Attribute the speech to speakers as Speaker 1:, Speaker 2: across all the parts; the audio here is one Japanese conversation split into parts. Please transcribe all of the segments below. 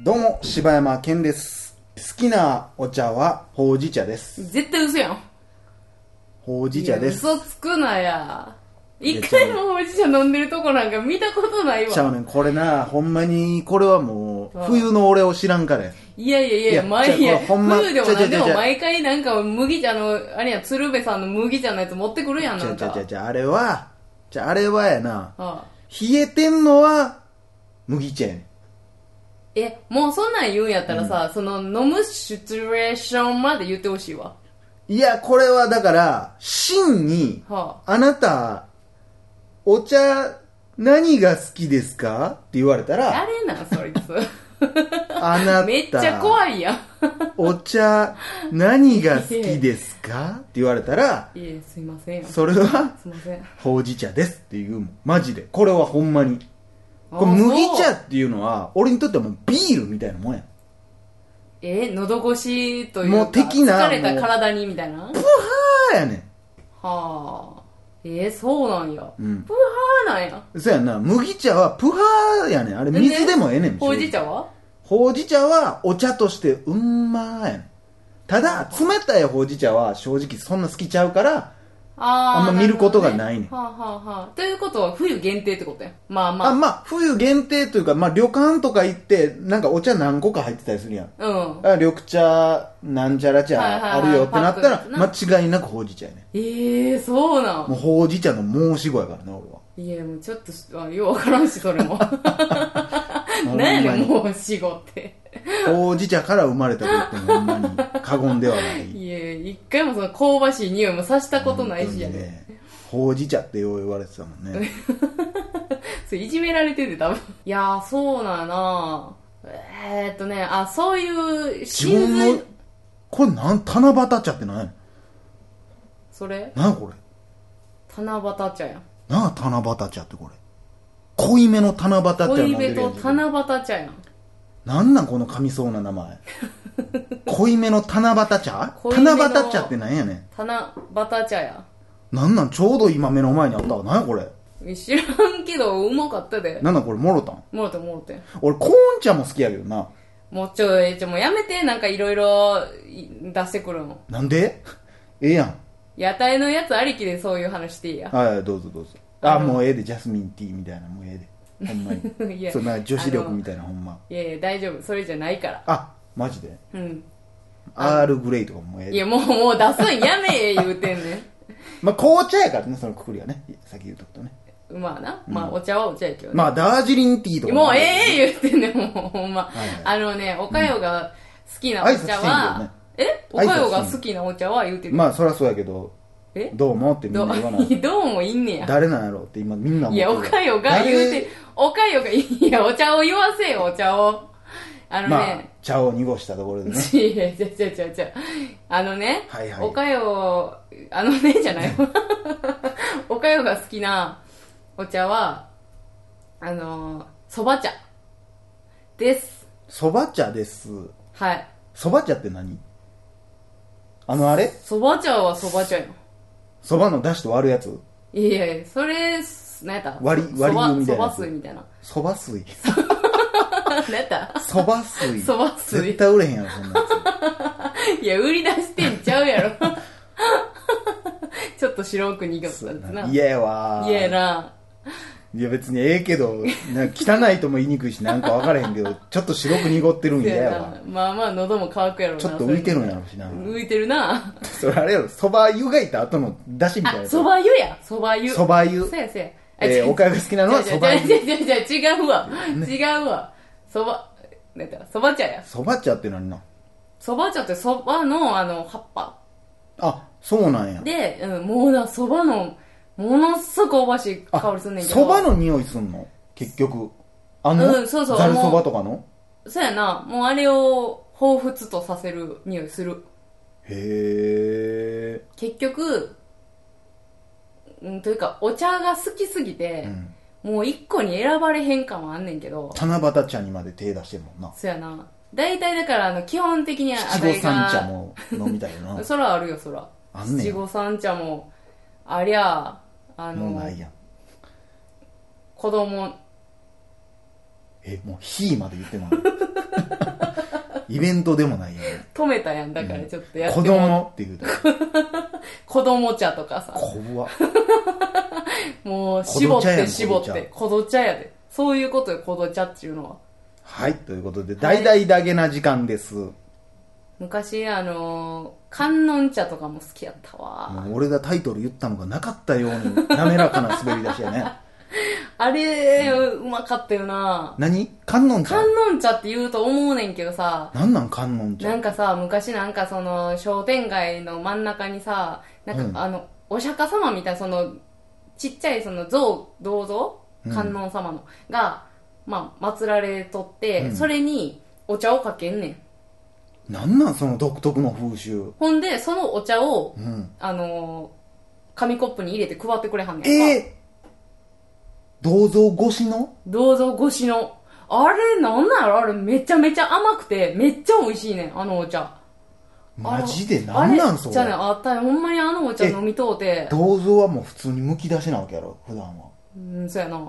Speaker 1: どうも、柴山健です。好きなお茶はほうじ茶です。
Speaker 2: 絶対嘘やん。
Speaker 1: ほうじ茶です。
Speaker 2: 嘘つくなや。一回もほうじ茶飲んでるとこなんか見たことない
Speaker 1: ちゃ
Speaker 2: わ。
Speaker 1: うねん、これな、ほんまに、これはもう、冬の俺を知らんからや
Speaker 2: いやいやいや、
Speaker 1: いや
Speaker 2: 毎
Speaker 1: ちゃう
Speaker 2: 夜、
Speaker 1: これほんま
Speaker 2: 冬でも
Speaker 1: ちゃうちゃ
Speaker 2: な
Speaker 1: うんちゃ
Speaker 2: で
Speaker 1: う
Speaker 2: も毎回なんか麦茶の、あれや、鶴瓶さんの麦茶のやつ持ってくるやん、
Speaker 1: ち
Speaker 2: な
Speaker 1: ゃ
Speaker 2: ん
Speaker 1: うちゃう
Speaker 2: か
Speaker 1: ちゃう。ちゃう、あれは、じゃああれはやな、
Speaker 2: ああ
Speaker 1: 冷えてんのは、麦茶やねん。
Speaker 2: え、もうそんなん言うんやったらさ、その飲むシチュエーションまで言ってほしいわ。
Speaker 1: いや、これはだから、真に、
Speaker 2: は
Speaker 1: あなた、お茶、何が好きですかって言われた
Speaker 2: あ。あ
Speaker 1: ら、
Speaker 2: れなん、そいつ。
Speaker 1: あなた、
Speaker 2: めっちゃ怖いやん。
Speaker 1: お茶、何が好きですかって言われたら、
Speaker 2: いえ、すいませんよ。す
Speaker 1: それは、
Speaker 2: いません。
Speaker 1: ほうじ茶ですっていうもん。マジで。これはほんまに。これ
Speaker 2: あ
Speaker 1: 麦
Speaker 2: そ
Speaker 1: 茶
Speaker 2: う
Speaker 1: っていうのは、俺にとってはもうビールみたいなもんや。
Speaker 2: え、喉越しというか、
Speaker 1: もう的な
Speaker 2: 疲れ
Speaker 1: も
Speaker 2: た
Speaker 1: う
Speaker 2: 体にみたいな。
Speaker 1: ああやね
Speaker 2: はあ。えー、そうなんや。
Speaker 1: ん。うん。
Speaker 2: プハーなんや。
Speaker 1: そうやんな。麦茶はプハーやねん。あれ水でもええねん。
Speaker 2: ほうじ茶は
Speaker 1: ほうじ茶はお茶としてうんまーやねんただ冷たいほうじ茶は正直そんな好きちゃうから
Speaker 2: あー
Speaker 1: あんま見ることがないね
Speaker 2: るほどはあ、はあはあ、ということは冬限定ってことや。まあまあ。
Speaker 1: あまあ冬限定というか、まあ、旅館とか行ってなんかお茶何個か入ってたりするやん
Speaker 2: うん。
Speaker 1: あ緑茶なんちゃら
Speaker 2: はいはい
Speaker 1: 茶あ
Speaker 2: はい
Speaker 1: るよってなった
Speaker 2: パ
Speaker 1: ら
Speaker 2: ックのや
Speaker 1: 間違いなくほうじ茶やね
Speaker 2: えー、そうなん
Speaker 1: もうほうじ茶の申し子やからな俺は
Speaker 2: ん。いや、もうちょっとし、あようわからんし、それも。なん やねん、
Speaker 1: ほんま
Speaker 2: もう死後って。
Speaker 1: にほうじ茶から生まれたと言ってもほんまに過言ではない
Speaker 2: いや、一回もその香ばしい匂いもさした ことないし
Speaker 1: 本
Speaker 2: や
Speaker 1: 当に
Speaker 2: ね。
Speaker 1: ねほうじ茶ってよう言われてたもんね
Speaker 2: それいじめられてて多分。いやー、そうなんやなえー、っとね、あ、そういう、
Speaker 1: 自分
Speaker 2: 神
Speaker 1: の
Speaker 2: 髄
Speaker 1: これなん七夕茶って何やねん
Speaker 2: それ
Speaker 1: 何やこれ
Speaker 2: 七夕茶やん。
Speaker 1: なあ七夕茶ってこれ濃いめの七夕茶飲ん
Speaker 2: 恋
Speaker 1: でるや
Speaker 2: 人
Speaker 1: ん
Speaker 2: 七夕茶やん。
Speaker 1: なんなんこの噛みそうな名 前濃いめの七夕茶
Speaker 2: 濃いめ
Speaker 1: 七
Speaker 2: の
Speaker 1: 夕茶ってなんやね
Speaker 2: 七夕茶や。
Speaker 1: んなんなんちょうど今目の前にあったわ何やこれ
Speaker 2: 知らんけど、うまかったで。
Speaker 1: なんなんこれもろたん
Speaker 2: もろてもろて。
Speaker 1: 俺コーン茶も好きやけどな
Speaker 2: もうちょい、ちょ、もうやめて、なんかいろいろ出してくるの。
Speaker 1: なんでええやん
Speaker 2: 屋台のやつありきでそういう話していいや。
Speaker 1: はいはいどうぞどうぞあもうええでジャスミンティーみたいなもうええでほんま
Speaker 2: い
Speaker 1: に
Speaker 2: や
Speaker 1: そうなんか女子
Speaker 2: あ
Speaker 1: 力
Speaker 2: の
Speaker 1: みたいなほんま
Speaker 2: いやいや、大丈夫。それじゃないから。
Speaker 1: あマジで
Speaker 2: うん。
Speaker 1: アールグレイとかもええで
Speaker 2: いや、もう、もう出すんやめえ、言うてんね
Speaker 1: まあ、紅茶やからね、そのくくりはね。先言うとくとね。
Speaker 2: ん。まあな。まあ、お茶はお茶やけどね。
Speaker 1: まあ、ダージリンティーとか
Speaker 2: もうえ
Speaker 1: え
Speaker 2: えええ言ってんねん、もう、ほんま。
Speaker 1: いはい
Speaker 2: あのね、おかよが好きなお
Speaker 1: 挨拶してん
Speaker 2: 茶
Speaker 1: けどね
Speaker 2: は、えお
Speaker 1: 挨拶してん
Speaker 2: かよが好きなお茶は言うてる。
Speaker 1: まあ、そりゃそうやけど、
Speaker 2: え
Speaker 1: どうもってみ
Speaker 2: ど
Speaker 1: んな言わない。
Speaker 2: うどうも いんねや。
Speaker 1: 誰なんやろうって今みんな思っ
Speaker 2: い
Speaker 1: てる
Speaker 2: や、おかよが言うて、おかよが、いや、お茶を言わせよ、お茶を。あの
Speaker 1: 誰
Speaker 2: ね、
Speaker 1: まあ、茶を濁したところでね。
Speaker 2: いや、ちゃちゃちゃちゃ。あのね、
Speaker 1: はいはい
Speaker 2: おかよ、あのね、じゃないわ。 おかよが好きなお茶は、あの、そば茶です。
Speaker 1: そば茶です。
Speaker 2: はい。
Speaker 1: そば茶って何あのあれ
Speaker 2: そば茶はそば茶よ。
Speaker 1: そばの出汁と割るやつ
Speaker 2: いやいや、それ、何やった
Speaker 1: 割り割り湯みたいなやつ
Speaker 2: そば水みたいな。
Speaker 1: そば水。
Speaker 2: 何やった
Speaker 1: そば水。
Speaker 2: そば水
Speaker 1: 絶対売れへんやろ、そんなや
Speaker 2: いや、売り出してんちゃうやろ。 ちょっと白く濁ったやつな。
Speaker 1: つ。嫌やわー。
Speaker 2: 嫌やな。
Speaker 1: いや別にええけど、なんか汚いとも言いにくいし、なんか分からへんけ ど、ちょっと白く濁ってるん嫌
Speaker 2: 嫌
Speaker 1: や
Speaker 2: や
Speaker 1: わ
Speaker 2: な。。まあまあ喉も乾くやろな。
Speaker 1: ちょっと浮いて
Speaker 2: る。
Speaker 1: るんやろしな。
Speaker 2: 浮いてるな。
Speaker 1: それあれやろ、そば湯がいた後の出 汁みたいな
Speaker 2: あ、
Speaker 1: やつ。
Speaker 2: そば湯や。そば湯。
Speaker 1: そば湯
Speaker 2: そ。やそや。あ
Speaker 1: え
Speaker 2: 違
Speaker 1: ー、
Speaker 2: う
Speaker 1: おかゆが好きなのはそば
Speaker 2: 違う違
Speaker 1: 湯。
Speaker 2: う違う違う違うわ。違うわ。そば、なんだそば茶や。
Speaker 1: そば茶って何なん
Speaker 2: そば茶ってそばのあの葉っぱ。
Speaker 1: あ、そうなんや。
Speaker 2: で、うん、もうな、そばの、ものすごく香ばしい
Speaker 1: あ
Speaker 2: 香りすんねんけど。
Speaker 1: そばの匂いすんの結局。あの、
Speaker 2: うんそうそう
Speaker 1: ざるそばとかの
Speaker 2: そうやな。もうあれを彷彿とさせる匂いする。
Speaker 1: へ
Speaker 2: 結局、うん、というか、お茶が好きすぎ
Speaker 1: え。
Speaker 2: て
Speaker 1: う、ん。
Speaker 2: もう一個に選ばれへん感はあんねんけど、
Speaker 1: 七夕茶にまで手出してるもんな。
Speaker 2: そやな。大体だから、あの、基本的にあ
Speaker 1: 七
Speaker 2: れ
Speaker 1: 五三
Speaker 2: が。
Speaker 1: 茶も飲みたいよな
Speaker 2: そらあるよ、そら。
Speaker 1: あんねん
Speaker 2: 七五三茶も、ありゃ、あの、
Speaker 1: もうないやん。
Speaker 2: 子供
Speaker 1: えもう「ひ」まで言っても イベントでもないよね
Speaker 2: 止めたやんだからちょっとやっ
Speaker 1: 子
Speaker 2: てもらう
Speaker 1: 供って言うたら
Speaker 2: 子供茶とかさ
Speaker 1: 怖っ
Speaker 2: もう絞
Speaker 1: 子
Speaker 2: っ
Speaker 1: 供茶や
Speaker 2: て
Speaker 1: ん
Speaker 2: 絞って子供茶やでそういうことよ子供茶っていうのは
Speaker 1: はいということで大々だけな時間です、
Speaker 2: 昔あのー観音茶とかも好きやったわ、
Speaker 1: もう俺がタイトル言ったのがなかったように滑らかな滑り出しやね
Speaker 2: あれうまかったよな
Speaker 1: 何観音茶
Speaker 2: 観音茶って言うと思うねんけどさ
Speaker 1: なんなん観音茶
Speaker 2: なんかさ昔なんかその商店街の真ん中にさなんか、
Speaker 1: うん
Speaker 2: あのお釈迦様みたいなそのちっちゃいその像銅像
Speaker 1: うん
Speaker 2: 観音様の、が、まあ、祀られとって、
Speaker 1: うん
Speaker 2: それにお茶をかけんねん
Speaker 1: なんなんその独特の風習
Speaker 2: ほんでそのお茶を
Speaker 1: うん
Speaker 2: あのー紙コップに入れて配ってくれはんねん
Speaker 1: ええ銅像越しの
Speaker 2: 銅像越しの。あれ、なんなんやろあれ、めちゃめちゃ甘くて、めっちゃ美味しいねん、あのお茶。あれ
Speaker 1: マジでなんな
Speaker 2: あ
Speaker 1: ん
Speaker 2: れ
Speaker 1: そ
Speaker 2: じゃあね、
Speaker 1: れ
Speaker 2: あったよ。ほんまにあのお茶
Speaker 1: え
Speaker 2: 飲みとうて。
Speaker 1: 銅像はもう普通にむき出しなわけやろ普段は
Speaker 2: うん、そうやな。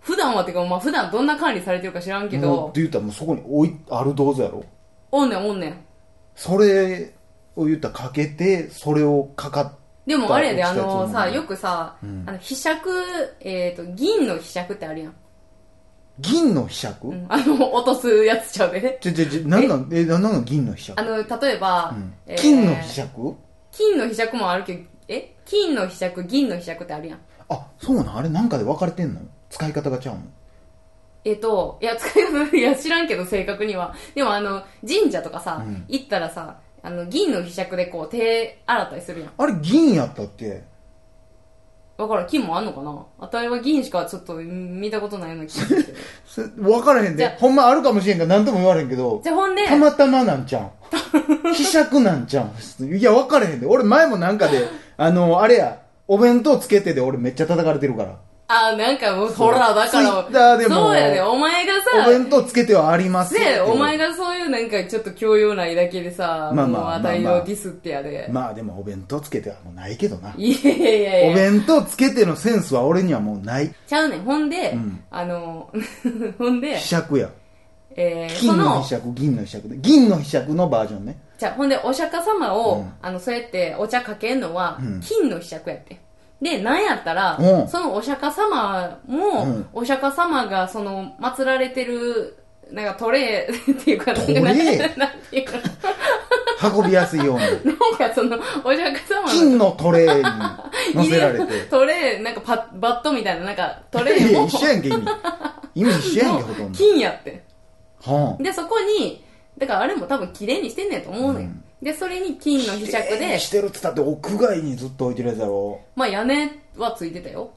Speaker 2: 普段はってか、まあ普段どんな管理されてるか知らんけ
Speaker 1: もうっ
Speaker 2: ど、
Speaker 1: て言ったらもうそこに置いある銅像やろ
Speaker 2: おんねんおんねん。
Speaker 1: それを言ったらかけてそれをかかっ
Speaker 2: でもあれやで、
Speaker 1: だ
Speaker 2: あ
Speaker 1: から落
Speaker 2: の
Speaker 1: ちたやつ
Speaker 2: さ、
Speaker 1: 飲む
Speaker 2: よくさ、
Speaker 1: うん
Speaker 2: あの、被釈、えっ、と、銀の被釈ってあるやん。
Speaker 1: 銀の柄杓、
Speaker 2: うん、あの、 落とすやつちゃうで。
Speaker 1: ちょちょちょなんなんえなんなん銀の柄
Speaker 2: あ
Speaker 1: 杓、
Speaker 2: の、例えば、
Speaker 1: うん
Speaker 2: えー
Speaker 1: 金の柄杓
Speaker 2: 金の被釈もあるけど、え金の被釈、銀の被釈ってあるやん。
Speaker 1: あそうなんあれなんかで分かれてんの使い方がちゃうの
Speaker 2: えっと、いや、使い方、いや、知らんけど、正確には。でも、あの、神社とかさ、
Speaker 1: うん
Speaker 2: 行ったらさ、あの、銀の被釈でこう、手洗ったりするやん。
Speaker 1: あれ銀やったっけ
Speaker 2: わからん、金もあんのかなあたいは銀しかちょっとうん見たことないような気がす るけど。
Speaker 1: それ分からへん
Speaker 2: じ
Speaker 1: で
Speaker 2: ゃ
Speaker 1: ほんまあるかもしれんから何とも言われへんけど
Speaker 2: じゃあ、ほんで、
Speaker 1: たまたまなんちゃうん。希釈なんちゃうん。いや、分かれへんで。俺前もなんか で、あの、あれや、お弁当つけてで俺めっちゃ叩かれてるから。
Speaker 2: あ、なんかもう、ほら、だか
Speaker 1: Twitter
Speaker 2: ら、
Speaker 1: でも
Speaker 2: そうやね、お前が
Speaker 1: お弁
Speaker 2: さ、
Speaker 1: 当つけてはありますってい
Speaker 2: で、
Speaker 1: う
Speaker 2: お前がそういうなんかちょっと教養ないだけでさ、
Speaker 1: まあまあ
Speaker 2: もうあたい
Speaker 1: まあま
Speaker 2: を
Speaker 1: あ
Speaker 2: ディスってやで。
Speaker 1: まあでもお弁当つけてはもうないけどな。
Speaker 2: いやいやいやい
Speaker 1: お
Speaker 2: や。
Speaker 1: 弁当つけてのセンスは俺にはもうない。
Speaker 2: ちゃうねん、ほんで、
Speaker 1: うん
Speaker 2: あの、 ほんで
Speaker 1: 希、釈や。
Speaker 2: えー、そ
Speaker 1: 金の
Speaker 2: の
Speaker 1: 希、釈、銀の希釈で。銀の希釈のバージョンね。
Speaker 2: じゃあ、ほんで、お釈迦様を、
Speaker 1: うん
Speaker 2: あの、そうやってお茶かけんのは
Speaker 1: うん、
Speaker 2: 金の被釈やって。で、なんやったら、
Speaker 1: うん
Speaker 2: そのお釈迦様も、
Speaker 1: うん
Speaker 2: お釈迦様が、その、祀られてる、なんかトレー っていうか、なんか、
Speaker 1: トレー
Speaker 2: なんていうか、
Speaker 1: 運びやすいように。
Speaker 2: なんか その、お釈迦様の
Speaker 1: 金のトレーに乗せられ
Speaker 2: 入る
Speaker 1: て。
Speaker 2: トレー、なんかパバットみたいな、なんか、トレ
Speaker 1: い
Speaker 2: ー
Speaker 1: や、
Speaker 2: も、
Speaker 1: 一緒やんけ、意味。意味一緒やんけ、ほとんど。
Speaker 2: 金やって。
Speaker 1: は
Speaker 2: で、そこに、だからあれも多分綺麗にしてんねんと思うのよ。
Speaker 1: うん
Speaker 2: で、それに金の被
Speaker 1: あ、
Speaker 2: 釈で、
Speaker 1: してるっつったって屋外にずっと置いてるやつだろ。
Speaker 2: まあ屋根はついてたよ。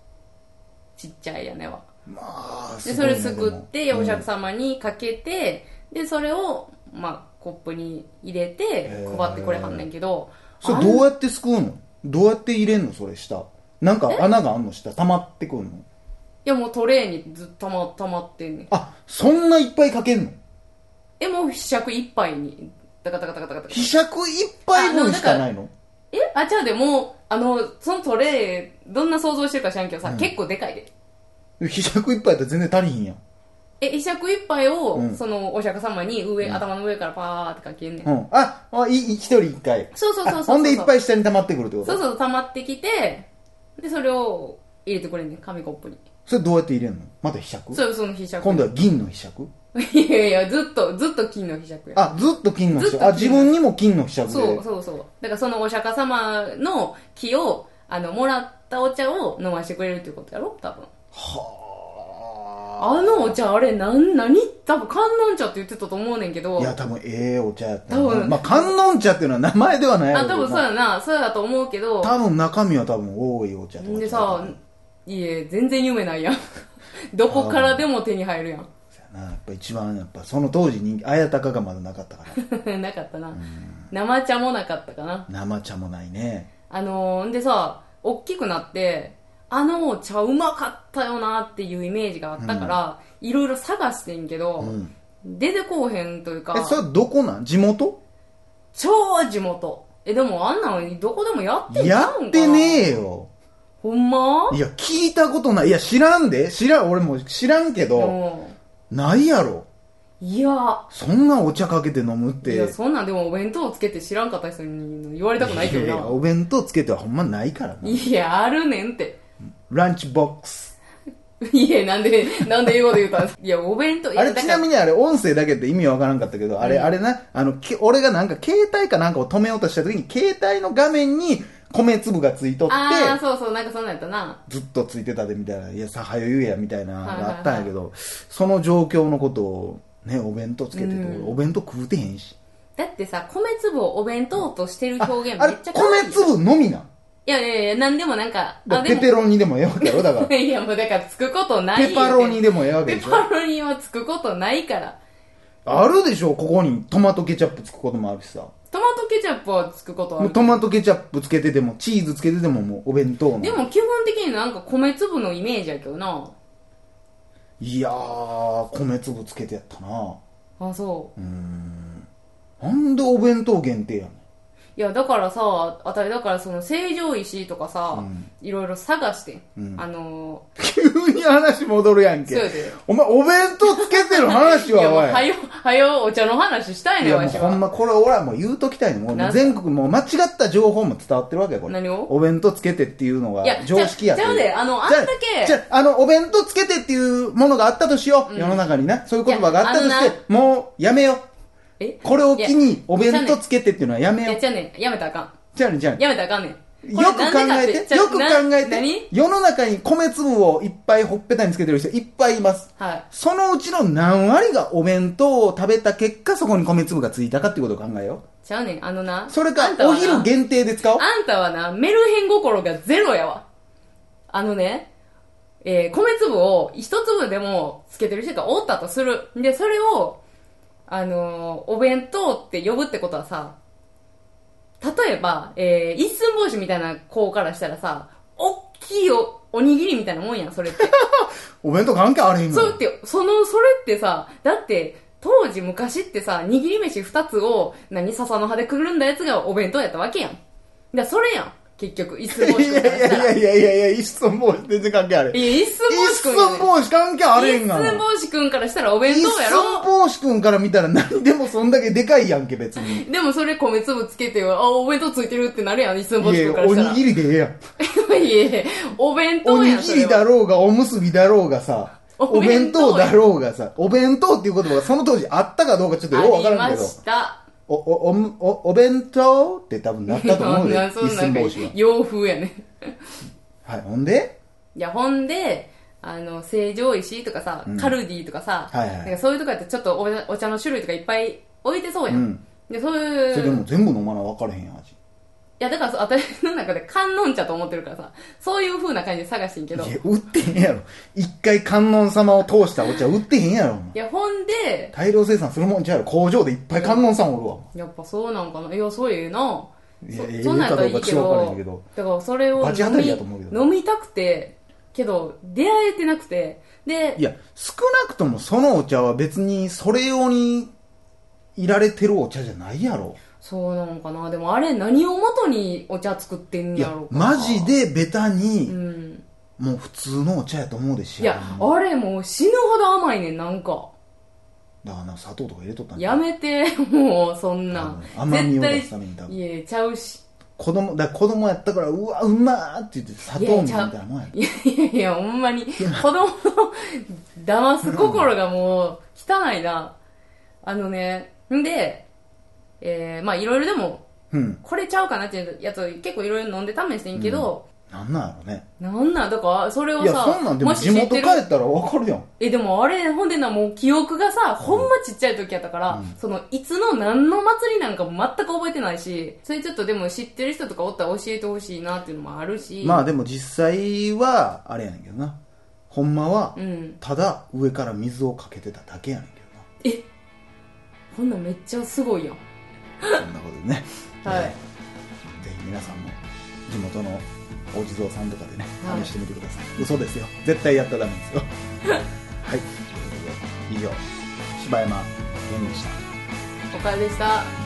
Speaker 2: ちっちゃい屋根は。
Speaker 1: まあ、
Speaker 2: で、
Speaker 1: す
Speaker 2: そ
Speaker 1: ごいね
Speaker 2: れすくって、
Speaker 1: でも
Speaker 2: お釈迦様にかけて、で、それを、まあ、コップに入れて
Speaker 1: へ、ー
Speaker 2: 配ってこれはんねんけど、
Speaker 1: そ
Speaker 2: あ
Speaker 1: れ
Speaker 2: ん
Speaker 1: どうやってすくうのどうやって入れんのそれ下。なんか穴があんの下、溜まってくんの
Speaker 2: いやもうトレーにずっとたま、たまってんねん。
Speaker 1: あ、そんないっぱいかけんの
Speaker 2: え、もう被釈一杯に、ダカダカダカダカダカ
Speaker 1: ひ。しゃくいっぱい分しかないの
Speaker 2: えあ、じゃあでも、あの、そのトレー、どんな想像してるか知らんけどさ、結構でかいで。
Speaker 1: ひしゃくいっぱいやったら全然足りひんやん。
Speaker 2: え、被釈一杯を、
Speaker 1: うん
Speaker 2: その、お釈迦様に上、頭の上からパーってかけんねん。
Speaker 1: うん。あ、あいい一人一回。
Speaker 2: そうそうそうそうそう
Speaker 1: あほんでいっぱい下に溜まってくるってこと
Speaker 2: そうそう、溜まってきて、で、それを入れてくれんねん、紙コップに。
Speaker 1: それどうやって入れんのまたひしゃく
Speaker 2: そう、その被釈。
Speaker 1: 今度は銀のひしゃく
Speaker 2: いやいや、ずっと、ずっと金の被釈や。
Speaker 1: あ、ずっと金のひし
Speaker 2: ず
Speaker 1: ゃ
Speaker 2: っ
Speaker 1: く。
Speaker 2: と
Speaker 1: あ、
Speaker 2: 金
Speaker 1: 自分にも金のひしゃくで。
Speaker 2: そうそうそう。だからそのお釈迦様の木を、あの、もらったお茶を飲ましてくれるっていうことやろ多分。
Speaker 1: は
Speaker 2: あのお茶、あれ、なん、何多分観音茶って言ってたと思うねんけ
Speaker 1: あ。
Speaker 2: ど
Speaker 1: い。や、多分ええお茶やった
Speaker 2: 多
Speaker 1: な。
Speaker 2: 分
Speaker 1: まあ、観音茶っていうのは名前ではないや
Speaker 2: あ、
Speaker 1: ろうけ
Speaker 2: 多
Speaker 1: どな
Speaker 2: 分そうやな、そうだと思うけど。
Speaker 1: 多分中身は多分多いお茶とか
Speaker 2: でさ、いいえ、全然夢ないやん。 どこからでも手に入るやん。
Speaker 1: そうやなやっぱ一番やっぱその当時人気綾鷹がまだなかったから
Speaker 2: なかったな。生茶もなかったかな。
Speaker 1: 生茶もないね
Speaker 2: あのー、んでさ、大きくなって、あのお茶うまかったよなっていうイメージがあったから、いろいろ探してんけど、
Speaker 1: ん
Speaker 2: 出てこうへんというか
Speaker 1: え、それどこなん地元
Speaker 2: 超地元。え、でもあんなのどこでもやってんち
Speaker 1: や
Speaker 2: ゃうんかな
Speaker 1: ってねえよ
Speaker 2: ほんま
Speaker 1: いや、聞いたことない。いや、知らんで。知らん、俺も知らんけど、
Speaker 2: う
Speaker 1: ないやろ。
Speaker 2: んいや
Speaker 1: そんなお茶かけて飲むっ
Speaker 2: い
Speaker 1: て。
Speaker 2: やそんなんでもお弁当つけて知らんかった人に言われたくないけ
Speaker 1: いやいや
Speaker 2: ど
Speaker 1: お弁当つけてはほんまないから
Speaker 2: な
Speaker 1: な。
Speaker 2: いやあるねんって
Speaker 1: ランチボックス。
Speaker 2: いやなんでなんで英語で言うたんいやお弁当
Speaker 1: あれ、ちなみ
Speaker 2: に
Speaker 1: にあれ、音声だけって意味わからんかったけど、あれ、あれな、あの、け俺がなんか携帯かなんかを止めようとした時に、携帯の画面に米粒がついとって、
Speaker 2: ああそうそうなんかそんなんやったな
Speaker 1: ずっとついてたでみたいな、いや、さ、はよ言えやみたいなのがあったんやけど、その状況のことを、ね、お弁当つけてて、
Speaker 2: うん
Speaker 1: お弁当食うてへんし。
Speaker 2: だってさ米粒をお弁当としてる
Speaker 1: あ
Speaker 2: 表現
Speaker 1: あ
Speaker 2: め
Speaker 1: れ
Speaker 2: っちゃ、可愛い
Speaker 1: 米粒のみなん。
Speaker 2: いやいやいやなんでもなんか
Speaker 1: だから
Speaker 2: あ
Speaker 1: ペ
Speaker 2: で
Speaker 1: ペロニでもええわけやろ、だ から。
Speaker 2: もいやもうだからつくことない
Speaker 1: ペパロニでもええわけ
Speaker 2: ペ
Speaker 1: でしょ。
Speaker 2: パロニはつくことないから
Speaker 1: あるでしょ、ここにトマトケチャップつくこともあるしさ。
Speaker 2: トマトケチャップはつくことはあ
Speaker 1: もう
Speaker 2: る
Speaker 1: トマトケチャップつけてても、チーズつけててももうお弁当の。
Speaker 2: でも基本的になんか米粒のイメージやけどない
Speaker 1: やー、米粒つけてやったな。
Speaker 2: あそう
Speaker 1: なんでお弁当限定やね
Speaker 2: いやだからさあたりだからその成城石井とかさ、
Speaker 1: うん
Speaker 2: いろいろ探して、
Speaker 1: うん
Speaker 2: あの
Speaker 1: ん。 急に話戻るやん
Speaker 2: ー
Speaker 1: け
Speaker 2: そう。やで
Speaker 1: お前、お弁当つけてる
Speaker 2: い
Speaker 1: 話は、
Speaker 2: やもう
Speaker 1: おい。
Speaker 2: はよはよお茶の話した
Speaker 1: い
Speaker 2: いね
Speaker 1: やも
Speaker 2: わ
Speaker 1: う
Speaker 2: し
Speaker 1: ほん
Speaker 2: は
Speaker 1: まこれ俺はもう言うときたいのも
Speaker 2: な
Speaker 1: うん全国もう間違った情報も伝わってるわけよこれ
Speaker 2: 何を
Speaker 1: お弁当つけてっていうのが
Speaker 2: いや
Speaker 1: 常識や
Speaker 2: じゃじゃあねあのあんだけ
Speaker 1: じゃあじゃああのお弁当つけてっていうものがあったとしよう、
Speaker 2: うん
Speaker 1: 世の中にねそういう言葉があったと
Speaker 2: いや
Speaker 1: してもうやめよ
Speaker 2: え
Speaker 1: うこれを機にお弁当つけてっていうのはやめ
Speaker 2: い
Speaker 1: よ
Speaker 2: や
Speaker 1: う
Speaker 2: じゃあねやめたらあかん
Speaker 1: じゃあねじゃあね
Speaker 2: やめたらあかんねん
Speaker 1: よ
Speaker 2: これ
Speaker 1: く考
Speaker 2: なんでか
Speaker 1: え
Speaker 2: ってじゃあ
Speaker 1: よく考え
Speaker 2: な
Speaker 1: て
Speaker 2: 何
Speaker 1: 世の中に米粒をいっぱいほっぺたにつけてる人いっぱいいます
Speaker 2: はい
Speaker 1: そのうちの何割がお弁当を食べた結果そこに米粒がついたかっていうことを考えよう
Speaker 2: じゃあねあのな
Speaker 1: それ
Speaker 2: あ
Speaker 1: か
Speaker 2: んた、は
Speaker 1: お
Speaker 2: な
Speaker 1: 昼限定で使おう。
Speaker 2: あんたはな、メルヘン心がゼロやわ。あのね、えー、米粒を一粒でもつけてる人がおったとする。で、それを、あのーお弁当って呼ぶってことはさ、例えば、えー、一寸法師みたいな子からしたらさ、おっきいおおにぎりみたいなもんやん、それって。
Speaker 1: お弁当関係あれへんの
Speaker 2: そうって、その、それってさ、だって、当時昔ってさ、握り飯二つを、何、笹の葉でくるんだやつがお弁当やったわけやん。だからそれやん。結局、一寸法
Speaker 1: い
Speaker 2: 師
Speaker 1: や
Speaker 2: 君
Speaker 1: い
Speaker 2: からしたら。
Speaker 1: やいやいやいや、一寸法師全然関係あれへん。
Speaker 2: いや、一寸
Speaker 1: 一
Speaker 2: 法師君や
Speaker 1: 寸法師関係あれへ
Speaker 2: ね
Speaker 1: ん
Speaker 2: 一
Speaker 1: が
Speaker 2: 寸
Speaker 1: な。
Speaker 2: 法師君からしたらお弁
Speaker 1: 一
Speaker 2: 当や
Speaker 1: 寸
Speaker 2: ろ
Speaker 1: 法師君から見たら何でもそんだけでかいやんけ、別に。
Speaker 2: でもそれ米粒つけてよ、あ、お弁当ついてるってなるやん、一寸法
Speaker 1: い
Speaker 2: 師
Speaker 1: や、
Speaker 2: 君から
Speaker 1: お
Speaker 2: したら。
Speaker 1: にぎりでええやん。
Speaker 2: り。いやいやお弁
Speaker 1: お
Speaker 2: 当や
Speaker 1: に
Speaker 2: ん、
Speaker 1: ぎ
Speaker 2: それ
Speaker 1: り
Speaker 2: は。
Speaker 1: だろうが、おむすびだろうがさ、お
Speaker 2: お
Speaker 1: 弁
Speaker 2: 弁
Speaker 1: 当
Speaker 2: 当
Speaker 1: だろうがさ、お弁当っていう言葉がその当時あったかどうかちょっとようわ
Speaker 2: あ
Speaker 1: か
Speaker 2: り
Speaker 1: らんけ
Speaker 2: ま
Speaker 1: ど、
Speaker 2: した。
Speaker 1: お、お、おむ、お、お弁当って多分なったと 思うよ
Speaker 2: な、そ
Speaker 1: 一
Speaker 2: うなん
Speaker 1: 寸
Speaker 2: か
Speaker 1: 法師は。
Speaker 2: 洋風やね。
Speaker 1: はい、ほんで
Speaker 2: いや、ほんで、あの、成城石とかさ、
Speaker 1: うん
Speaker 2: カルディとかさ、
Speaker 1: はいはい
Speaker 2: なんかそういうとこやってちょっとお茶お茶の種類とかいっぱい置いてそうやん。
Speaker 1: うん
Speaker 2: で、そう
Speaker 1: それ
Speaker 2: い
Speaker 1: で
Speaker 2: う、い
Speaker 1: も全部飲まな分からへんやん、味。
Speaker 2: や、だからそう私の中で観音茶と思ってるからさ、そういう風な感じで探してんけど、
Speaker 1: いや
Speaker 2: い、
Speaker 1: 売ってへんやろ。一回観音様を通したお茶売ってへんやろ、お前
Speaker 2: や、ほんで、
Speaker 1: 大量生産するもんちゃうやろ。工場でいっぱい観音さんおるわ。
Speaker 2: やっぱそうなんかな、いや、そういうの、
Speaker 1: いや
Speaker 2: そ
Speaker 1: ええ
Speaker 2: そんなんやったらいい
Speaker 1: か
Speaker 2: け
Speaker 1: どうかちょ
Speaker 2: ど
Speaker 1: っとわからへんけど
Speaker 2: だからそれを
Speaker 1: バチ当
Speaker 2: 飲
Speaker 1: たり
Speaker 2: み
Speaker 1: やと思うけど
Speaker 2: 飲みたくて、けど、出会えてなくて、で、
Speaker 1: いや、少なくともそのお茶は別にそれ用にいられてるお茶じゃないやろ。
Speaker 2: そうなのかな、でもあれ何をもとにお茶作ってん
Speaker 1: い
Speaker 2: や
Speaker 1: や
Speaker 2: ろ、うかな
Speaker 1: マジ、でベタ
Speaker 2: う
Speaker 1: に、
Speaker 2: ん。
Speaker 1: もう普通のお茶やと思うでし
Speaker 2: いや、あれもう死ぬほど甘いねん、なんか。
Speaker 1: だからな、砂糖とか入れとったん
Speaker 2: やめて、 もう、そんな
Speaker 1: あ
Speaker 2: ん。
Speaker 1: の甘みを出す
Speaker 2: 絶
Speaker 1: ために多
Speaker 2: 対、
Speaker 1: 分
Speaker 2: いや、ちゃうし。
Speaker 1: 子供、だから子供やったから、うわ、うまーって言って砂糖みたいなもんや。
Speaker 2: いやいやいや、ほんまに、子供の騙す心がもう、汚いな。あのね、んで、えー、まあいろいろでも、
Speaker 1: うん。
Speaker 2: これちゃうかなっていうやつを結構いろいろ飲んで試してんけど、
Speaker 1: なんなんやろね。
Speaker 2: なんなんだから、それを
Speaker 1: いや、
Speaker 2: さ、
Speaker 1: そんなんでも
Speaker 2: もし
Speaker 1: 地
Speaker 2: 知っ
Speaker 1: 元
Speaker 2: て
Speaker 1: 帰
Speaker 2: る
Speaker 1: ったらわかるやん。
Speaker 2: えでもあれほんでなもう記憶がさほんまちっちゃい時やったから、
Speaker 1: うん
Speaker 2: そのいつの何の祭りなんかも全く覚えてないしそれちょっとでも知ってる人とかおったら教えてほしいなっていうのもあるし
Speaker 1: まあでも実際はあれやねんけどなほんまは
Speaker 2: うん
Speaker 1: ただ上から水をかけてただけやねんけ
Speaker 2: えほんなんめっちゃすごいやん
Speaker 1: どなそんなことでね
Speaker 2: はい
Speaker 1: えーぜひ皆さんも地元のお地蔵さんとかでね
Speaker 2: はい
Speaker 1: 試してみてください、嘘ですよ絶対やったらダメ ですよはいということで以上柴山健でした
Speaker 2: おかえりでした